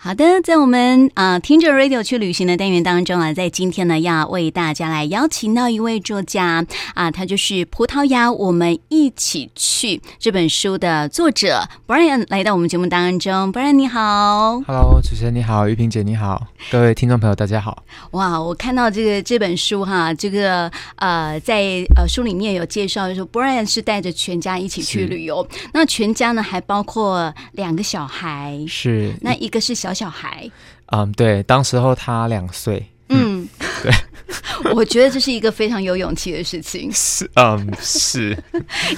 好的，在我们啊、呃听着 radio 去旅行的单元当中啊，在今天呢，要为大家来邀请到一位作家啊，他就是《葡萄牙我们一起去》这本书的作者 Brian 来到我们节目当中，Brian 你好， Hello，主持人你好，玉萍姐你好，各位听众朋友大家好。哇，我看到这个这本书哈，这个呃，在呃书里面有介绍说，Brian 是带着全家一起去是旅游，那全家呢还包括两个小孩，是，那一个是小小孩，嗯，对，当时候他两岁，嗯，对， 我觉得这是一个非常有勇气的事情，是，嗯，是，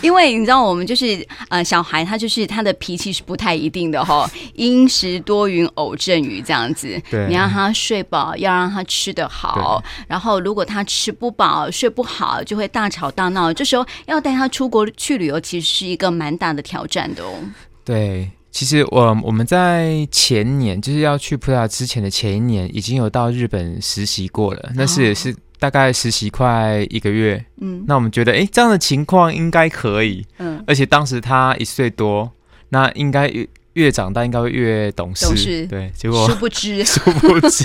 因为你知道，我们就是呃，小孩他就是他的脾气是不太一定的 哈、因时多云，偶阵雨这样子。对你让他睡饱，要让他吃得好。然后，如果他吃不饱、睡不好，就会大吵大闹。这时候要带他出国去旅游，其实是一个蛮大的挑战的哦。 对。其实我我们在前年，就是要去葡萄牙之前的前一年，已经有到日本实习过了，那是也是大概实习快一个月。嗯那我们觉得，哎，这样的情况应该可以，嗯，而且当时他一岁多，那应该越越长大应该会越懂事。懂事对，结果，殊不知 殊不知，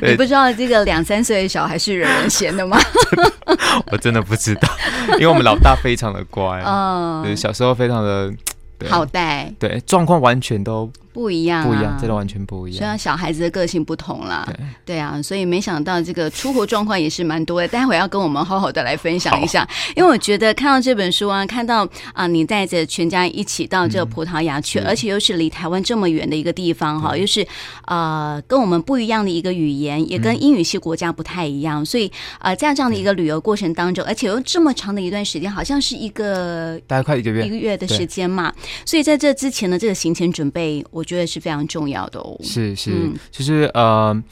对你不知道这个两三岁的小孩是惹人嫌的 吗？我真的不知道， 因为我们老大非常的乖，哎对，嗯，小时候非常的，对，好歹对，状况完全都不一样、啊，啊不一样，真的完全不一虽然样。小孩子的个性不同啦，对对啊，所以没想到这个出国状况也是蛮多的。待会要跟我们好好的来分享一下，因为我觉得看到这本书啊，看到啊、你带着全家一起到嗯这个葡萄牙去，是而且又是离台湾这么远的一个地方哈，又是呃跟我们不一样的一个语言，嗯也跟英语系国家不太一样，所以呃在这样的一个旅游过程当中，而且又这么长的一段时间，好像是一个大概快一个一月，个月的对时间嘛，所以在这之前的这个行前准备，我觉得是非常重要的哦。是是，嗯就是呃，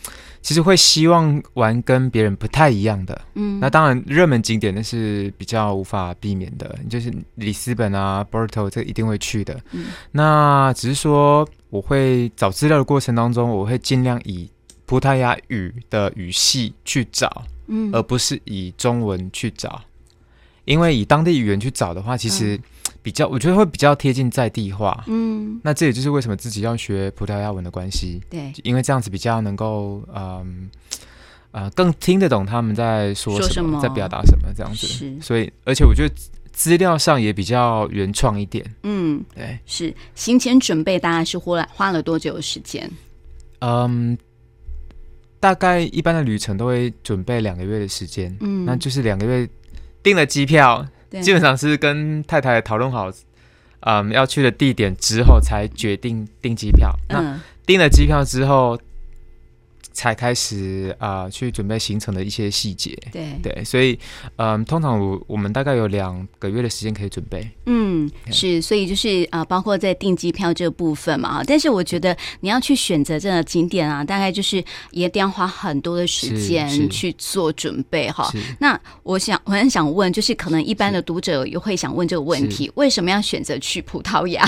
其实会希望玩跟别人不太一样的。嗯那当然，热门景点那是比较无法避免的，就是里斯本啊、Porto 这一定会去的。嗯那只是说，我会找资料的过程当中，我会尽量以葡萄牙语的语系去找。嗯而不是以中文去找，因为以当地语言去找的话，其实比较、我觉得会比较贴近在地化。嗯，那这也就是为什么自己要学葡萄牙文的关系，对，因为这样子比较能够嗯呃更听得懂他们在说说什么，什么在表达什么这样子。是所以，而且我觉得资料上也比较原创一点。嗯，对，是行前准备，大概是花了花了多久的时间？嗯，大概一般的旅程都会准备两个月的时间，嗯，那就是两个月订了机票，对基本上是跟太太讨论好，嗯，要去的地点之后才决定订机票。那嗯订了机票之后，才开始啊、呃去准备行程的一些细节。对对，所以嗯，通常我我们大概有两个月的时间可以准备。嗯 OK 是，所以就是啊、包括在订机票这部分嘛啊，但是我觉得你要去选择这个景点啊，大概就是也一定要花很多的时是间是去做准备哈。是那我想，我很想问，就是可能一般的读者也会想问这个问题：为什么要选择去葡萄 牙？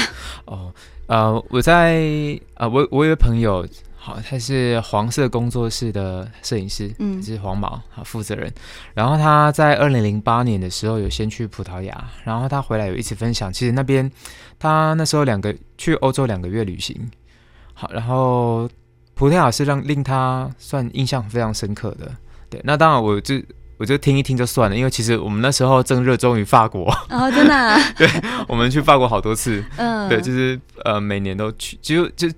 哦，呃，我在呃，我我有个朋友，好，他是黄色工作室的摄影师，嗯是黄毛好负责人。然后他在二零零八年的时候有先去葡萄牙，然后他回来有一起分享，其实那边他那时候两个去欧洲两个月旅行，好，然后葡萄牙是让令他算印象非常深刻的。对，那当然我就我就听一听就算了，因为其实我们那时候正热衷于法国， 哦，真的啊、我们去法国好多次， 嗯，对，就是呃，每年都去，就就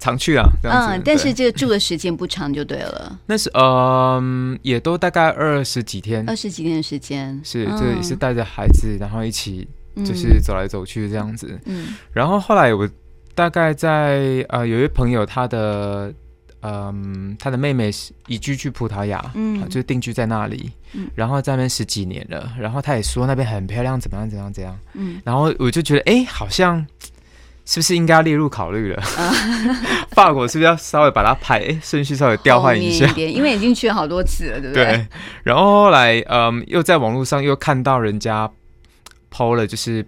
常去啊，这样子。嗯，但是对这个住的时间不长就对了。那是嗯、也都大概二十几天，二十几天的时间，是，呃嗯这也是带着孩子，然后一起就是走来走去这样子。嗯然后后来我大概在呃，有一位朋友他的嗯、他的妹妹是移居去葡萄牙，嗯啊就定居在那里，嗯然后在那边十几年了。然后他也说那边很漂亮，怎么样怎么样怎么样。嗯然后我就觉得，哎，好像是不是应该要列入考虑了？啊 法国是不是要稍微把它排诶顺序稍微 调换一下后面？点，因为已经去了好多次了，对不对？对。然后后来，嗯，又在网络上又看到人家抛了，就是，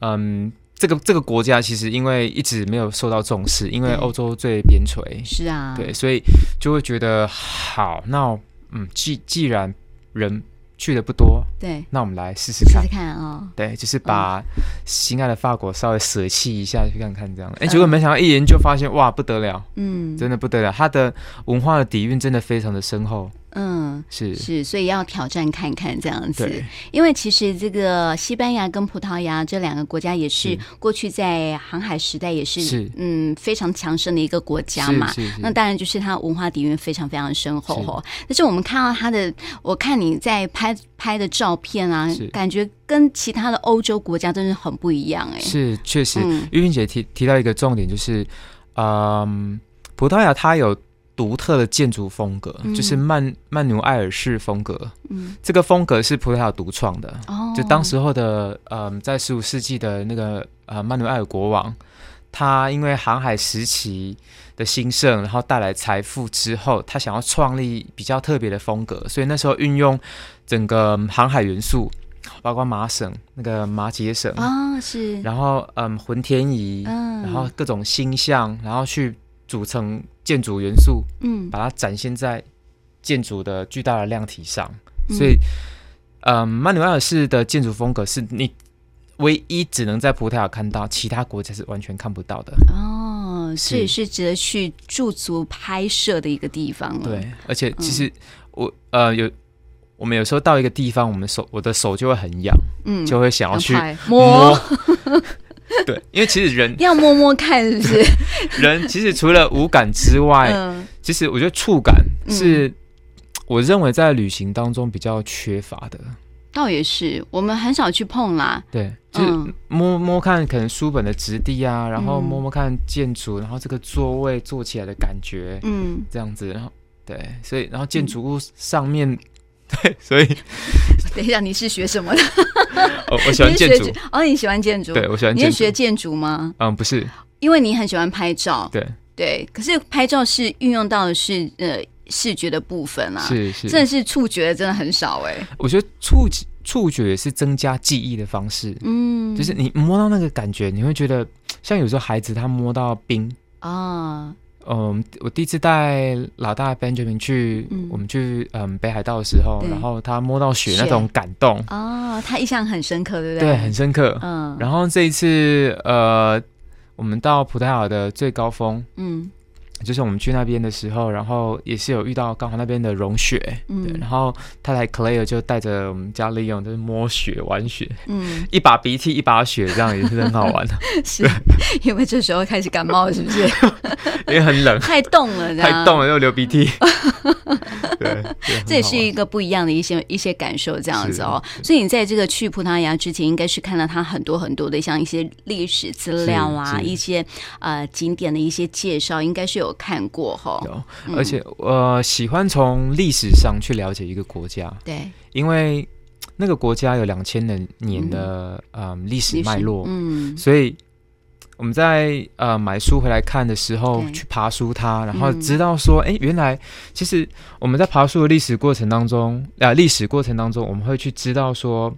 嗯，这个这个国家其实因为一直没有受到重视，因为对欧洲最边陲， 是啊，对，所以就会觉得好，那我嗯，既既然人去的不多，对，那我们来试试试看试。看哦。对，就是把心爱的法国稍微舍弃一下去看看这样。哎、结果没想到一研究发现，哇，不得了，嗯，真的不得了，它的文化的底蕴真的非常的深厚，嗯。是，是，所以要挑战看看这样子。对，因为其实这个西班牙跟葡萄牙这两个国家也是是过去在航海时代也是是嗯非常强盛的一个国家嘛。是是是那当然就是它文化底蕴非常非常深厚哦。但是我们看到它的，我看你在拍拍的照片啊是，感觉跟其他的欧洲国家真的很不一样哎、是，确实，嗯玉萍姐提提到一个重点，就是，嗯，葡萄牙它有独特的建筑风格，就是嗯曼曼努埃尔式风格。嗯这个风格是葡萄牙独创的，哦，就当时候的，嗯，在十五世纪的那个呃曼努埃尔国王，他因为航海时期的兴盛，然后带来财富之后，他想要创立比较特别的风格，所以那时候运用整个嗯航海元素，包括麻绳、那个麻结绳。啊、是，然后嗯，浑天仪，嗯，然后各种星象，然后去组成建筑元素，嗯把它展现在建筑的巨大的量体上。嗯所以，嗯，曼努埃尔式的建筑风格是你唯一只能在葡萄牙看到，其他国家是完全看不到的。哦，所以是值得去驻足拍摄的一个地方了。对，而且其嗯实我呃有。我们有时候到一个地方，我们手我的手就会很痒，嗯，就会想要去要拍摸摸，。 对，因为其实人要摸摸看，是不是？人其实除了五感之外，嗯其实我觉得触感是我认为在旅行当中比较缺乏的。倒也是，我们很少去碰啦。对，就是嗯摸摸看，可能书本的质地啊，然后嗯摸摸看建筑，然后这个座位坐起来的感觉，嗯，这样子，然后对，所以然后建筑物上面，对，所 以等一下，你是学什么的？我我你喜欢是建学筑，哦，你喜欢建筑？对我喜欢你建是筑学，建筑吗？嗯，不是，因为你很喜欢拍照，对，对。可是拍照是运用到的是呃视觉的部分啊，是真的是，是触觉的真的很少哎、我觉得触触觉也是增加记忆的方式，嗯，就是你摸到那个感觉，你会觉得像有时候孩子他摸到冰，啊，嗯，我第一次带老大 Benjamin 去，嗯我们去嗯北海道的时候，对然后他摸到雪雪那种感动，哦，他印象很深刻，对不对？对，很深刻。嗯，然后这一次呃，我们到葡萄牙的最高峰，嗯就是我们去那边的时候，然后也是有遇到刚好那边的融雪，对，嗯然后太太 Claire 就带着我们家 Leon 就是摸雪玩雪，嗯，一把鼻涕一把雪，这样也是很好玩的，是 因为这时候开始感冒，是不 是因为很冷，太冻 了？这样太冻了又流 鼻涕，对，对这也是很好啊玩一个不一样的一些一些感受，这样子哦。所以你在这个去葡萄牙之前，应该是看到它很多很多的像一些历史资料啊，是是一些呃景点的一些介绍，应该是有看过哈、哦。有，而且呃，喜欢从历史上去了解一个国家，对，因为那个国家有两千年年的嗯历、史历脉络，嗯所以呃我们在呃买书回来看的时候对，去爬书它，然后嗯知道说，哎、原来其实我们在爬书的历史过程当中，啊、历史过程当中，我们会去知道说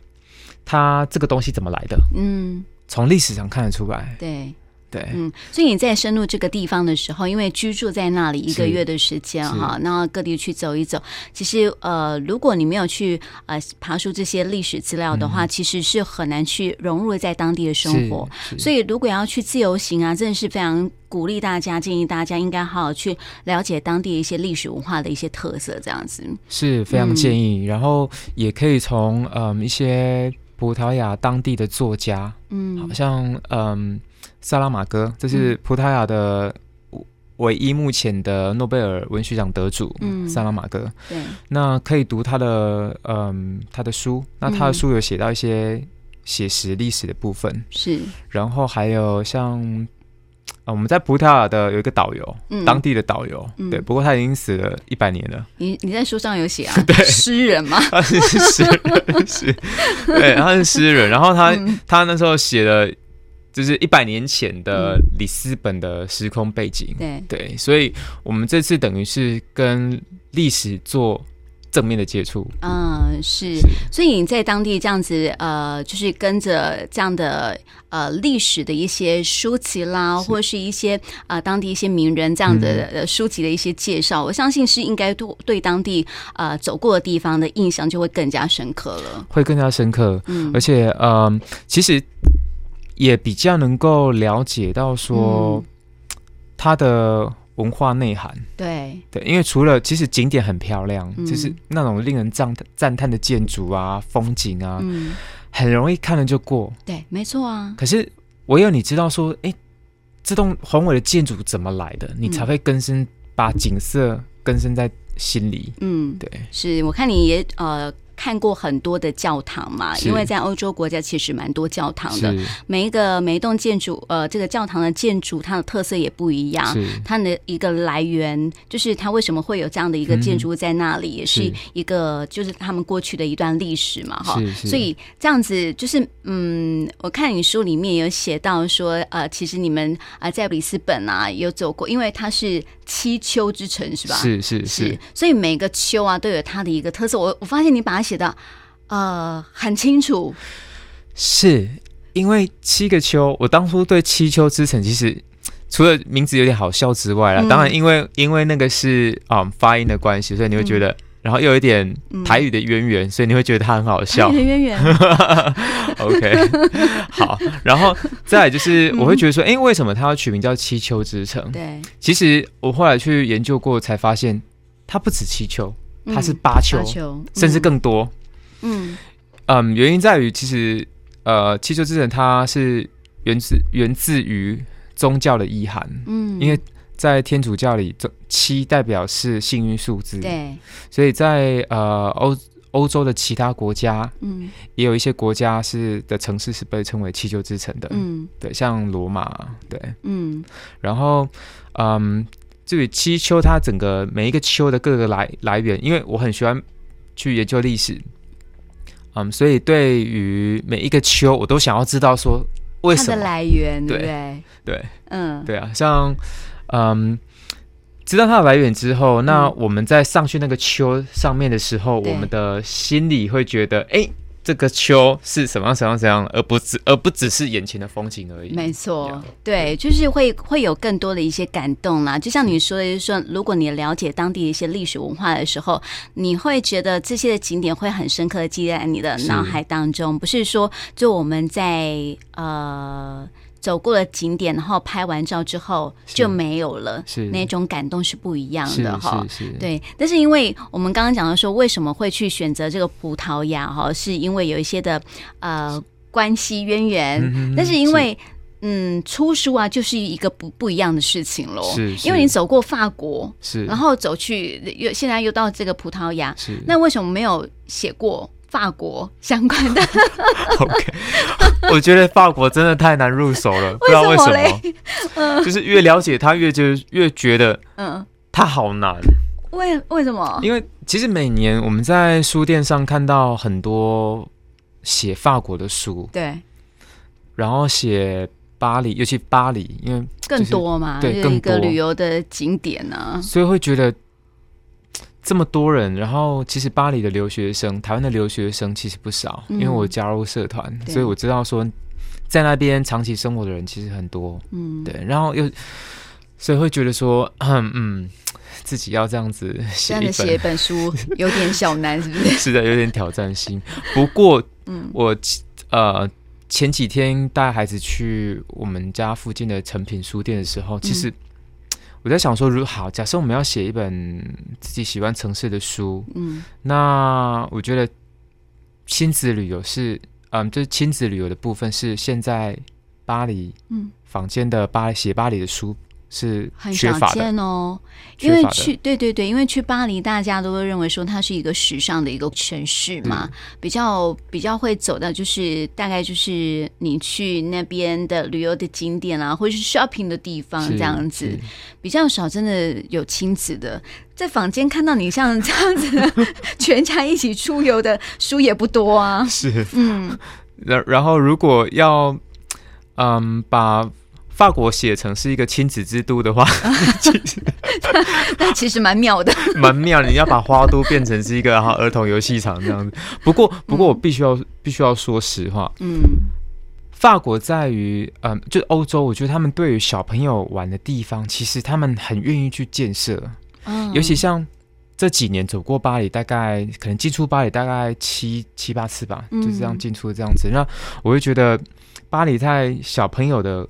它这个东西怎么来的，嗯，从历史上看得出来，对，对，嗯，所以你在深入这个地方的时候，因为居住在那里一个是月的时间哈，那各地去走一走，其实呃，如果你没有去呃爬出这些历史资料的话，其实是很难去融入在当地的生嗯是活。，是所以，如果要去自由行啊，真的是非常鼓励大家，建议大家应该好好去了解当地一些历史文化的一些特色，这样子。是非常建议，嗯然后也可以从嗯一些葡萄牙当地的作家，嗯好，像嗯萨拉马戈，嗯这是葡萄牙的唯一目前的诺贝尔文学奖得主，嗯萨拉马戈。对，那可以读他的嗯他的书，那他的书有写到一些写实历史的部分，是，然后还有像、呃我们在葡萄牙的有一个导游，嗯，当地的导游，嗯对，不过他已经死了一百年了。你你在书上有写 啊，诗人嘛，他 是诗人，是，对，他是诗人。然后他、嗯他那时候写了，就是一百年前的里斯本的时空背景。对，对，所以我们这次等于是跟历史做正面的接触。嗯，是是，所以你在当地这样子，呃，就是跟着这样的呃历史的一些书籍啦，是嗯或是一些呃当地一些名人这样的、呃书籍的一些介绍，我相信是应该对对当地呃走过的地方的印象就会更加深刻了。会更加深刻，嗯而且嗯，其实也比较能够了解到嗯说它的文化内涵。对，对，因为除了其实景点很漂亮，嗯就是那种令人赞赞叹的建筑啊、风景啊，嗯，很容易看了就过。对，没错啊，可是唯有你知道说，哎，这栋宏伟的建筑怎么来的，你才嗯会根深、把景色根深在心里。嗯，对，是我看你也呃。看过很多的教堂嘛，是因为在欧洲国家其实蛮多教堂的，是每一个每一栋建筑，呃，这个教堂的建筑它的特色也不一样，是它的一个来源，就是它为什么会有这样的一个建筑物在那里，也是嗯是一个就是他们过去的一段历史嘛，哈。是是，所以这样子就是，嗯，我看你书里面有写到说，呃，其实你们啊、呃在里斯本啊有走过，因为它是七丘之城，是吧？是是是是，所以每个丘啊都有它的一个特色。我我发现你把它写的呃很清楚，是，因为七个丘，我当初对七丘之城其实。除了名字有点好笑之外啦，嗯当然因为因为那个是嗯发音的关系，所以你会觉得，然后又有一点嗯台语的渊源，所以你会觉得它很好笑 台语。的渊源， OK，好，然后再来就是我会觉得说，哎、为什么它要取名叫七丘之城？对，其实我后来去研究过，才发现它不止七丘，它是嗯八丘，八球，甚至嗯更多。嗯嗯，原因在于其实呃，七丘之城它是源自源自于宗教的意涵，嗯，因为在天主教里，这七代表是幸运数字，对，所以在呃欧欧洲的其他国家，嗯也有一些国家是的城市是被称为七丘之城的，嗯对，像罗马，对，嗯然后嗯，至于七丘，它整个每一个丘的各个来来源，因为我很喜欢去研究历史，嗯，所以对于每一个丘，我都想要知道说为它什的么，来源，对对不对？对嗯，对啊，像嗯。知道它的来源之后，那嗯我们在上去那个丘上面的时候，对我们的心里会觉得，哎、这个丘是什么样、什么样、什么样，而不只而不只是眼前的风景而已。没错 Yeah，对，就是会会有更多的一些感动啦。就像你说的，就是说，如果你了解当地的一些历史文化的时候，你会觉得这些的景点会很深刻的记在你的是脑海当中，不是说就我们在呃。走过了景点，然后拍完照之后是就没有了，是那种感动是不一样是的哈。是是，对，但是因为我们刚刚讲到说，为什么会去选择这个葡萄牙哈，是因为有一些的呃关系渊源，嗯哼但是因为嗯出书啊，就是一个不不一样的事情喽。是因为你是走过法国，是，然后走去又现在又到这个葡萄牙，是 那为什么没有写过法国相关的？ OK，我觉得法国真的太难入手 了，不知道为什什么嘞 么，就是越了解它，越就越觉得嗯，它好难。为为什么？因为其实每年我们在书店上看到很多写法国的书，对，然后写巴黎，尤其巴黎，因为更多嘛，对就是一个更多旅游的景点呢、啊。所以会觉得。这么多人，然后其实巴黎的留学生、台湾的留学生其实不少，因为嗯我加入社团，对所以我知道说，在那边长期生活的人其实很多。嗯，对，然后又所以会觉得说， 嗯嗯，自己要这样子这写样一的写一本，本书有点小难，是不是？ 是的，有点挑战性。不过嗯我呃前几天带孩子去我们家附近的诚品书店的时嗯候，其实。我在想说，如好，假设我们要写一本自己喜欢城市的书，嗯那我觉得亲子旅游是，嗯，就是亲子旅游的部分是现在巴黎嗯，坊间的巴写巴黎的书是很缺少乏的，见哦。因缺为乏的。去对对对，因为去巴黎，大家都会认为说它是一个时尚的一个城市嘛，嗯比较比较会走到就是大概就是你去那边的旅游的景点啊，或者是 shopping 的地方是呃这样子，是比较少真的有亲子的。在坊间看到你像这样子的 全家一起出游的书也不多啊。 是，嗯，然然后如果要，嗯，把法国写成是一个亲子之都的话， 那其实蛮妙的。蛮妙的。你要把花都变成是一个然后儿童游戏场这样子。不过，不过我必须要、必须要说实话，嗯法国在于，嗯，就欧洲，我觉得他们对于小朋友玩的地方，其实他们很愿意去建设，嗯，尤其像这几年走过巴黎，大概可能进出巴黎大概七七八次吧，嗯就这样进出这样子。那我会觉得巴黎在小朋友的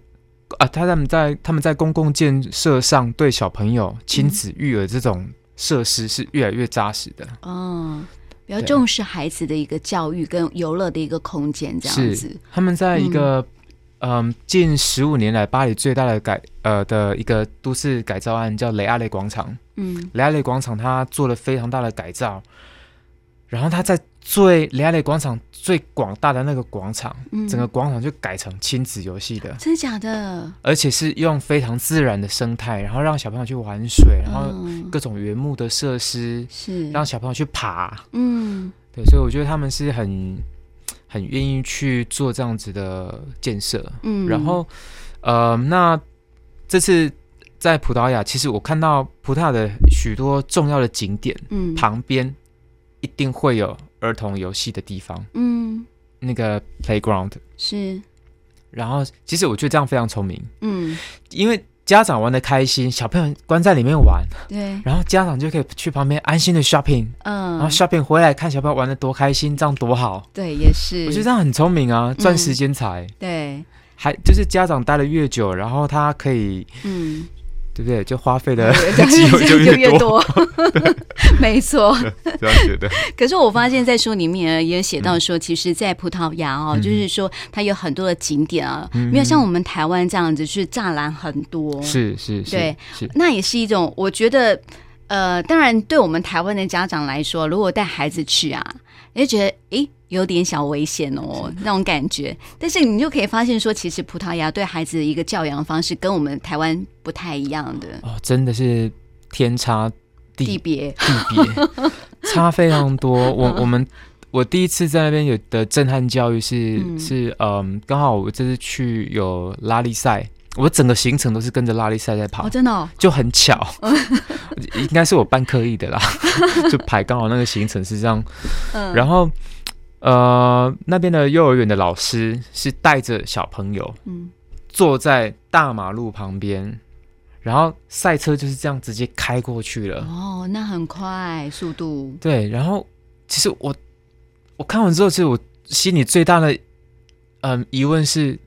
啊，他们在他们在公共建设上对小朋友亲子育儿这种设施是越来越扎实的。哦，比较对重视孩子的一个教育跟游乐的一个空间，这样子是。他们在一个嗯近十五年来巴黎最大的改呃的一个都市改造案叫雷阿雷广场，嗯雷阿雷广场它做了非常大的改造，然后它在最雷阿雷广场最广大的那个广场，嗯，整个广场就改成亲子游戏的。真的假的？而且是用非常自然的生态，然后让小朋友去玩水，然后嗯各种原木的设施，是让小朋友去爬，嗯对，所以我觉得他们是很很愿意去做这样子的建设。嗯，然后，呃，那这次在葡萄牙，其实我看到葡萄牙的许多重要的景点嗯旁边一定会有儿童游戏的地方，嗯那个 playground。是然后，其实我觉得这样非常聪明，嗯因为家长玩的开心，小朋友关在里面玩，对然后家长就可以去旁边安心的 shopping，、然后嗯 shopping 回来看小朋友玩的多开心，这样多好。对也是，我觉得这样很聪明啊，赚时间财，对还就是家长待的越久，然后他可以嗯，对不对？就花费的 对机会就就越多，多， 没错。这样觉得。可是我发现，在书里面也写到说，其实，在葡萄牙哦，嗯就是说它有很多的景点啊，嗯没有像我们台湾这样子，是栅栏很多。，是是是，对是那也是一种，我觉得，呃，当然对我们台湾的家长来说，如果带孩子去啊，你就觉得诶有点小危险哦，那种感觉。但是你就可以发现说，其实葡萄牙对孩子的一个教养方式跟我们台湾不太一样的哦，真的是天差地地别。地别差非常多。嗯我我们我第一次在那边有的震撼教育是、嗯是嗯，刚好我这次去有拉力赛，我整个行程都是跟着拉力赛在跑。哦，真的哦，就很巧， 应该是我办刻意的啦，就排刚好那个行程是这样嗯，然后，呃，那边的幼儿园的老师是带着小朋友嗯，坐在大马路旁边，然后赛车就是这样直接开过去了。哦，那很快速 度，对，然后其实我我看完之后，其实我心里最大的嗯疑问是，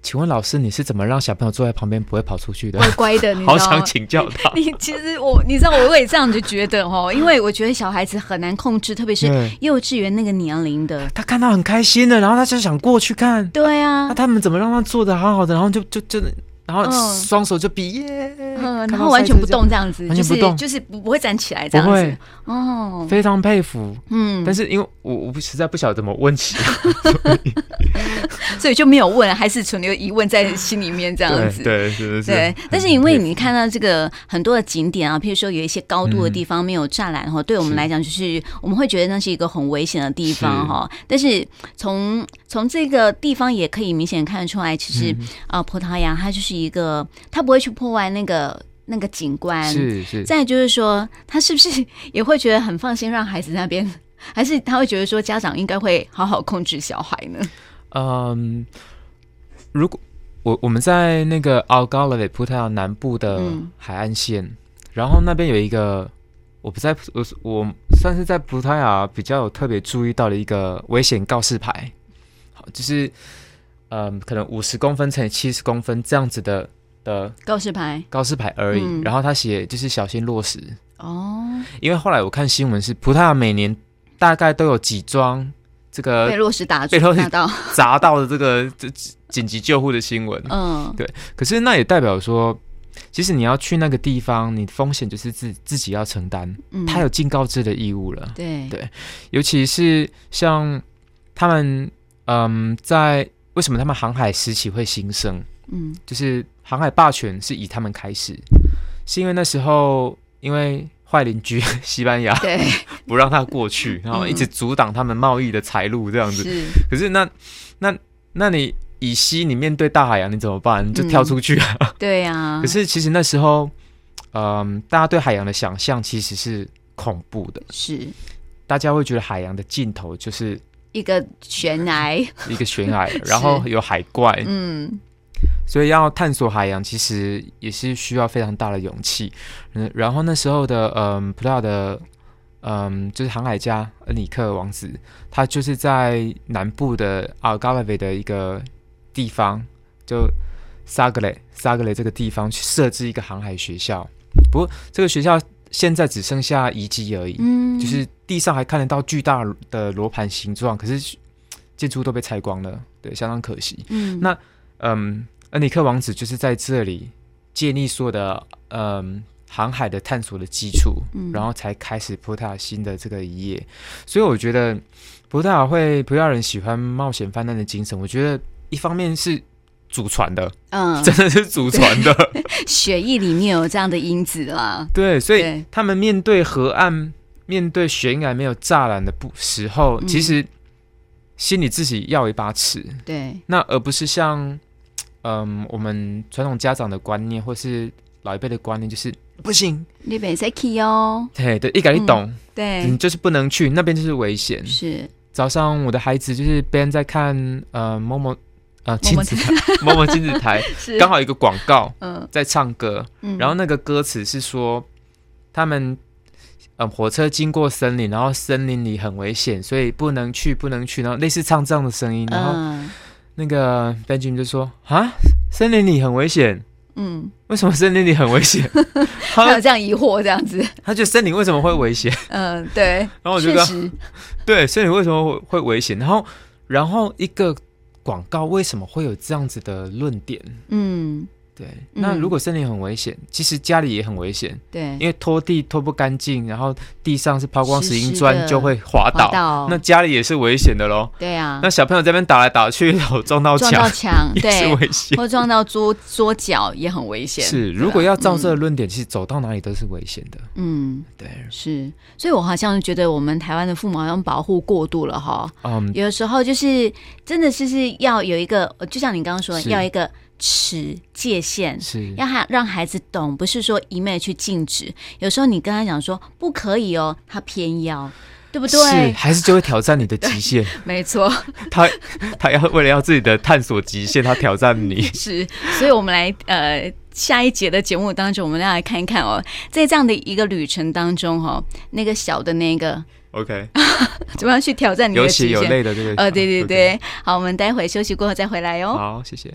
请问老师你是怎么让小朋友坐在旁边不会跑出去的？乖乖的，你知道 好吗？想请教他。 你其实我，你知道我也这样就觉得哦，因为我觉得小孩子很难控制，特别是对，幼稚园那个年龄的。他看到很开心的，然后他就想过去看，对那、啊，他们怎么让他做的好好的，然后就就就，然后嗯双手就比耶，嗯，看到然后完全不动赛这样子，完就全不是动就是不不会站起来这车这样，样不子会，。哦，非常佩服，嗯，但是因为我我不实在不晓得怎么问起，所以就没有问，还是存留疑问在心里面这样子。对，是对，但是因为你看到这个很多的景点啊，譬如说有一些高度的地方没有栅栏哈，对我们来讲就是我们会觉得那是一个很危险的地方哈。但是从从这个地方也可以明显看得出来，其实、嗯呃，葡萄牙它就是一个，它不会去破坏那个那个景观。是是再就是说，他是不 是也会觉得很放心让孩子那边， 还是他会觉得说家长应该会好好控制小孩呢？嗯，如果我我们在那个 Algarve 葡萄牙南部的嗯海岸线，然后那边有一个，我不在我我算是在葡萄牙比较有特别注意到的一个危险告示牌，好，就是嗯，可能五十公分乘以七十公分这样子的的告示牌告示牌而已，嗯然后他写就是小心落石，哦，因为后来我看新闻是葡萄牙每年大概都有几桩这被个落石打呃被落石打 到，砸到的这个这紧急救护的新闻，嗯，可是那也代表说，其实你要去那个地方，你风险就是自自己要承担，嗯他有尽告知的义务了。对对尤其是像他们，嗯，在为什么他们航海时期会兴盛，嗯就是航海霸权是以他们开始，是因为那时候因为坏邻居 西班牙对不让他过去，然后一直阻挡他们贸易的财路这这样子。是可是那那那你以西，你面对大海洋，你怎么办？你就跳出去啊！对啊可，是其实那时候，嗯、大家对海洋的想象其实是恐怖的，是大家会觉得海洋的尽头就是一个悬崖，一个悬崖，然后有海怪，嗯，所以要探索海洋，其实也是需要非常大的勇气。嗯，然后那时候的嗯，葡萄牙的嗯，就是航海家恩里克王子，他就是在南部的阿嘎拉维的一个地方，就萨格雷萨格雷这个地方去设置一个航海学校。不过这个学校现在只剩下遗迹而已，嗯，就是地上还看得到巨大的罗盘形状，可是建筑都被拆光了，对，相当可惜。嗯，那嗯，恩里克王子就是在这里建立所有的嗯航海的探索的基础，嗯然后才开始葡萄牙新的这个一页。所以我觉得葡萄牙会葡萄牙人喜欢冒险泛滥的精神，我觉得一方面是祖传的，嗯，真的是祖传的，血液里面有这样的因子啊啦， 对，所以对他们面对河岸、面对悬崖没有栅栏的不时候，嗯其实心里自己要有一把尺，对，那而不是像，嗯，我们传统家长的观念，或是老一辈的观念，就是不行，你北塞 k 哦，嘿，对，一改一懂，你对，就是不能去那边，就是危险。是，早上我的孩子就是别人在看，呃，某某，呃，某亲某子台， 某某亲子台， 是刚好有一个广告嗯在唱歌，嗯，然后那个歌词是说他们。呃，火车经过森林，然后森林里很危险，所以不能去，不能去。然后类似唱这样的声音，然后嗯那个 Benjamin 就说：“啊，森林里很危险，嗯，为什么森林里很危 险？”他他有这样疑惑这样子， 他觉得森林为什么会 危险？嗯，对，然后我觉确得实，对，森林为什么会会危险？然后然后一个广告为什么会有这样子的论点？嗯，对，那嗯如果森林很危险，其实家里也很危险，对，因为拖地拖不干净，然后地上是抛光湿石英湿砖的就会滑滑倒，倒那家里也是危险的喽。对啊那，小朋友在那边打来打去，头撞到撞到墙墙， 也是对，危险。或撞到桌桌角也很危险。是，对吧如果要照这个论点，其实走到哪里都是危险的。嗯，对，是，所以我好像觉得我们台湾的父母好像保护过度了哈。嗯，有的时候就是真的是是要有一个，呃就像你刚刚说，是要一个尺界限。是，要他让孩子懂，不是说一昧地去禁止。有时候你跟他讲说不可以哦，他偏要，对不是，对？还是就会挑战你的极 限。没错，他他要为了要自己的探索极限，他挑 战你。是，所以我们来呃下一节的节目当中，我们要来看一看哦，在这样的一个旅程当中哦，那个小的那个 OK，怎么样去挑战你有的血极有限？泪的这个。呃，对对 OK，对，好，我们待会休息过后再回来哦。好，谢谢。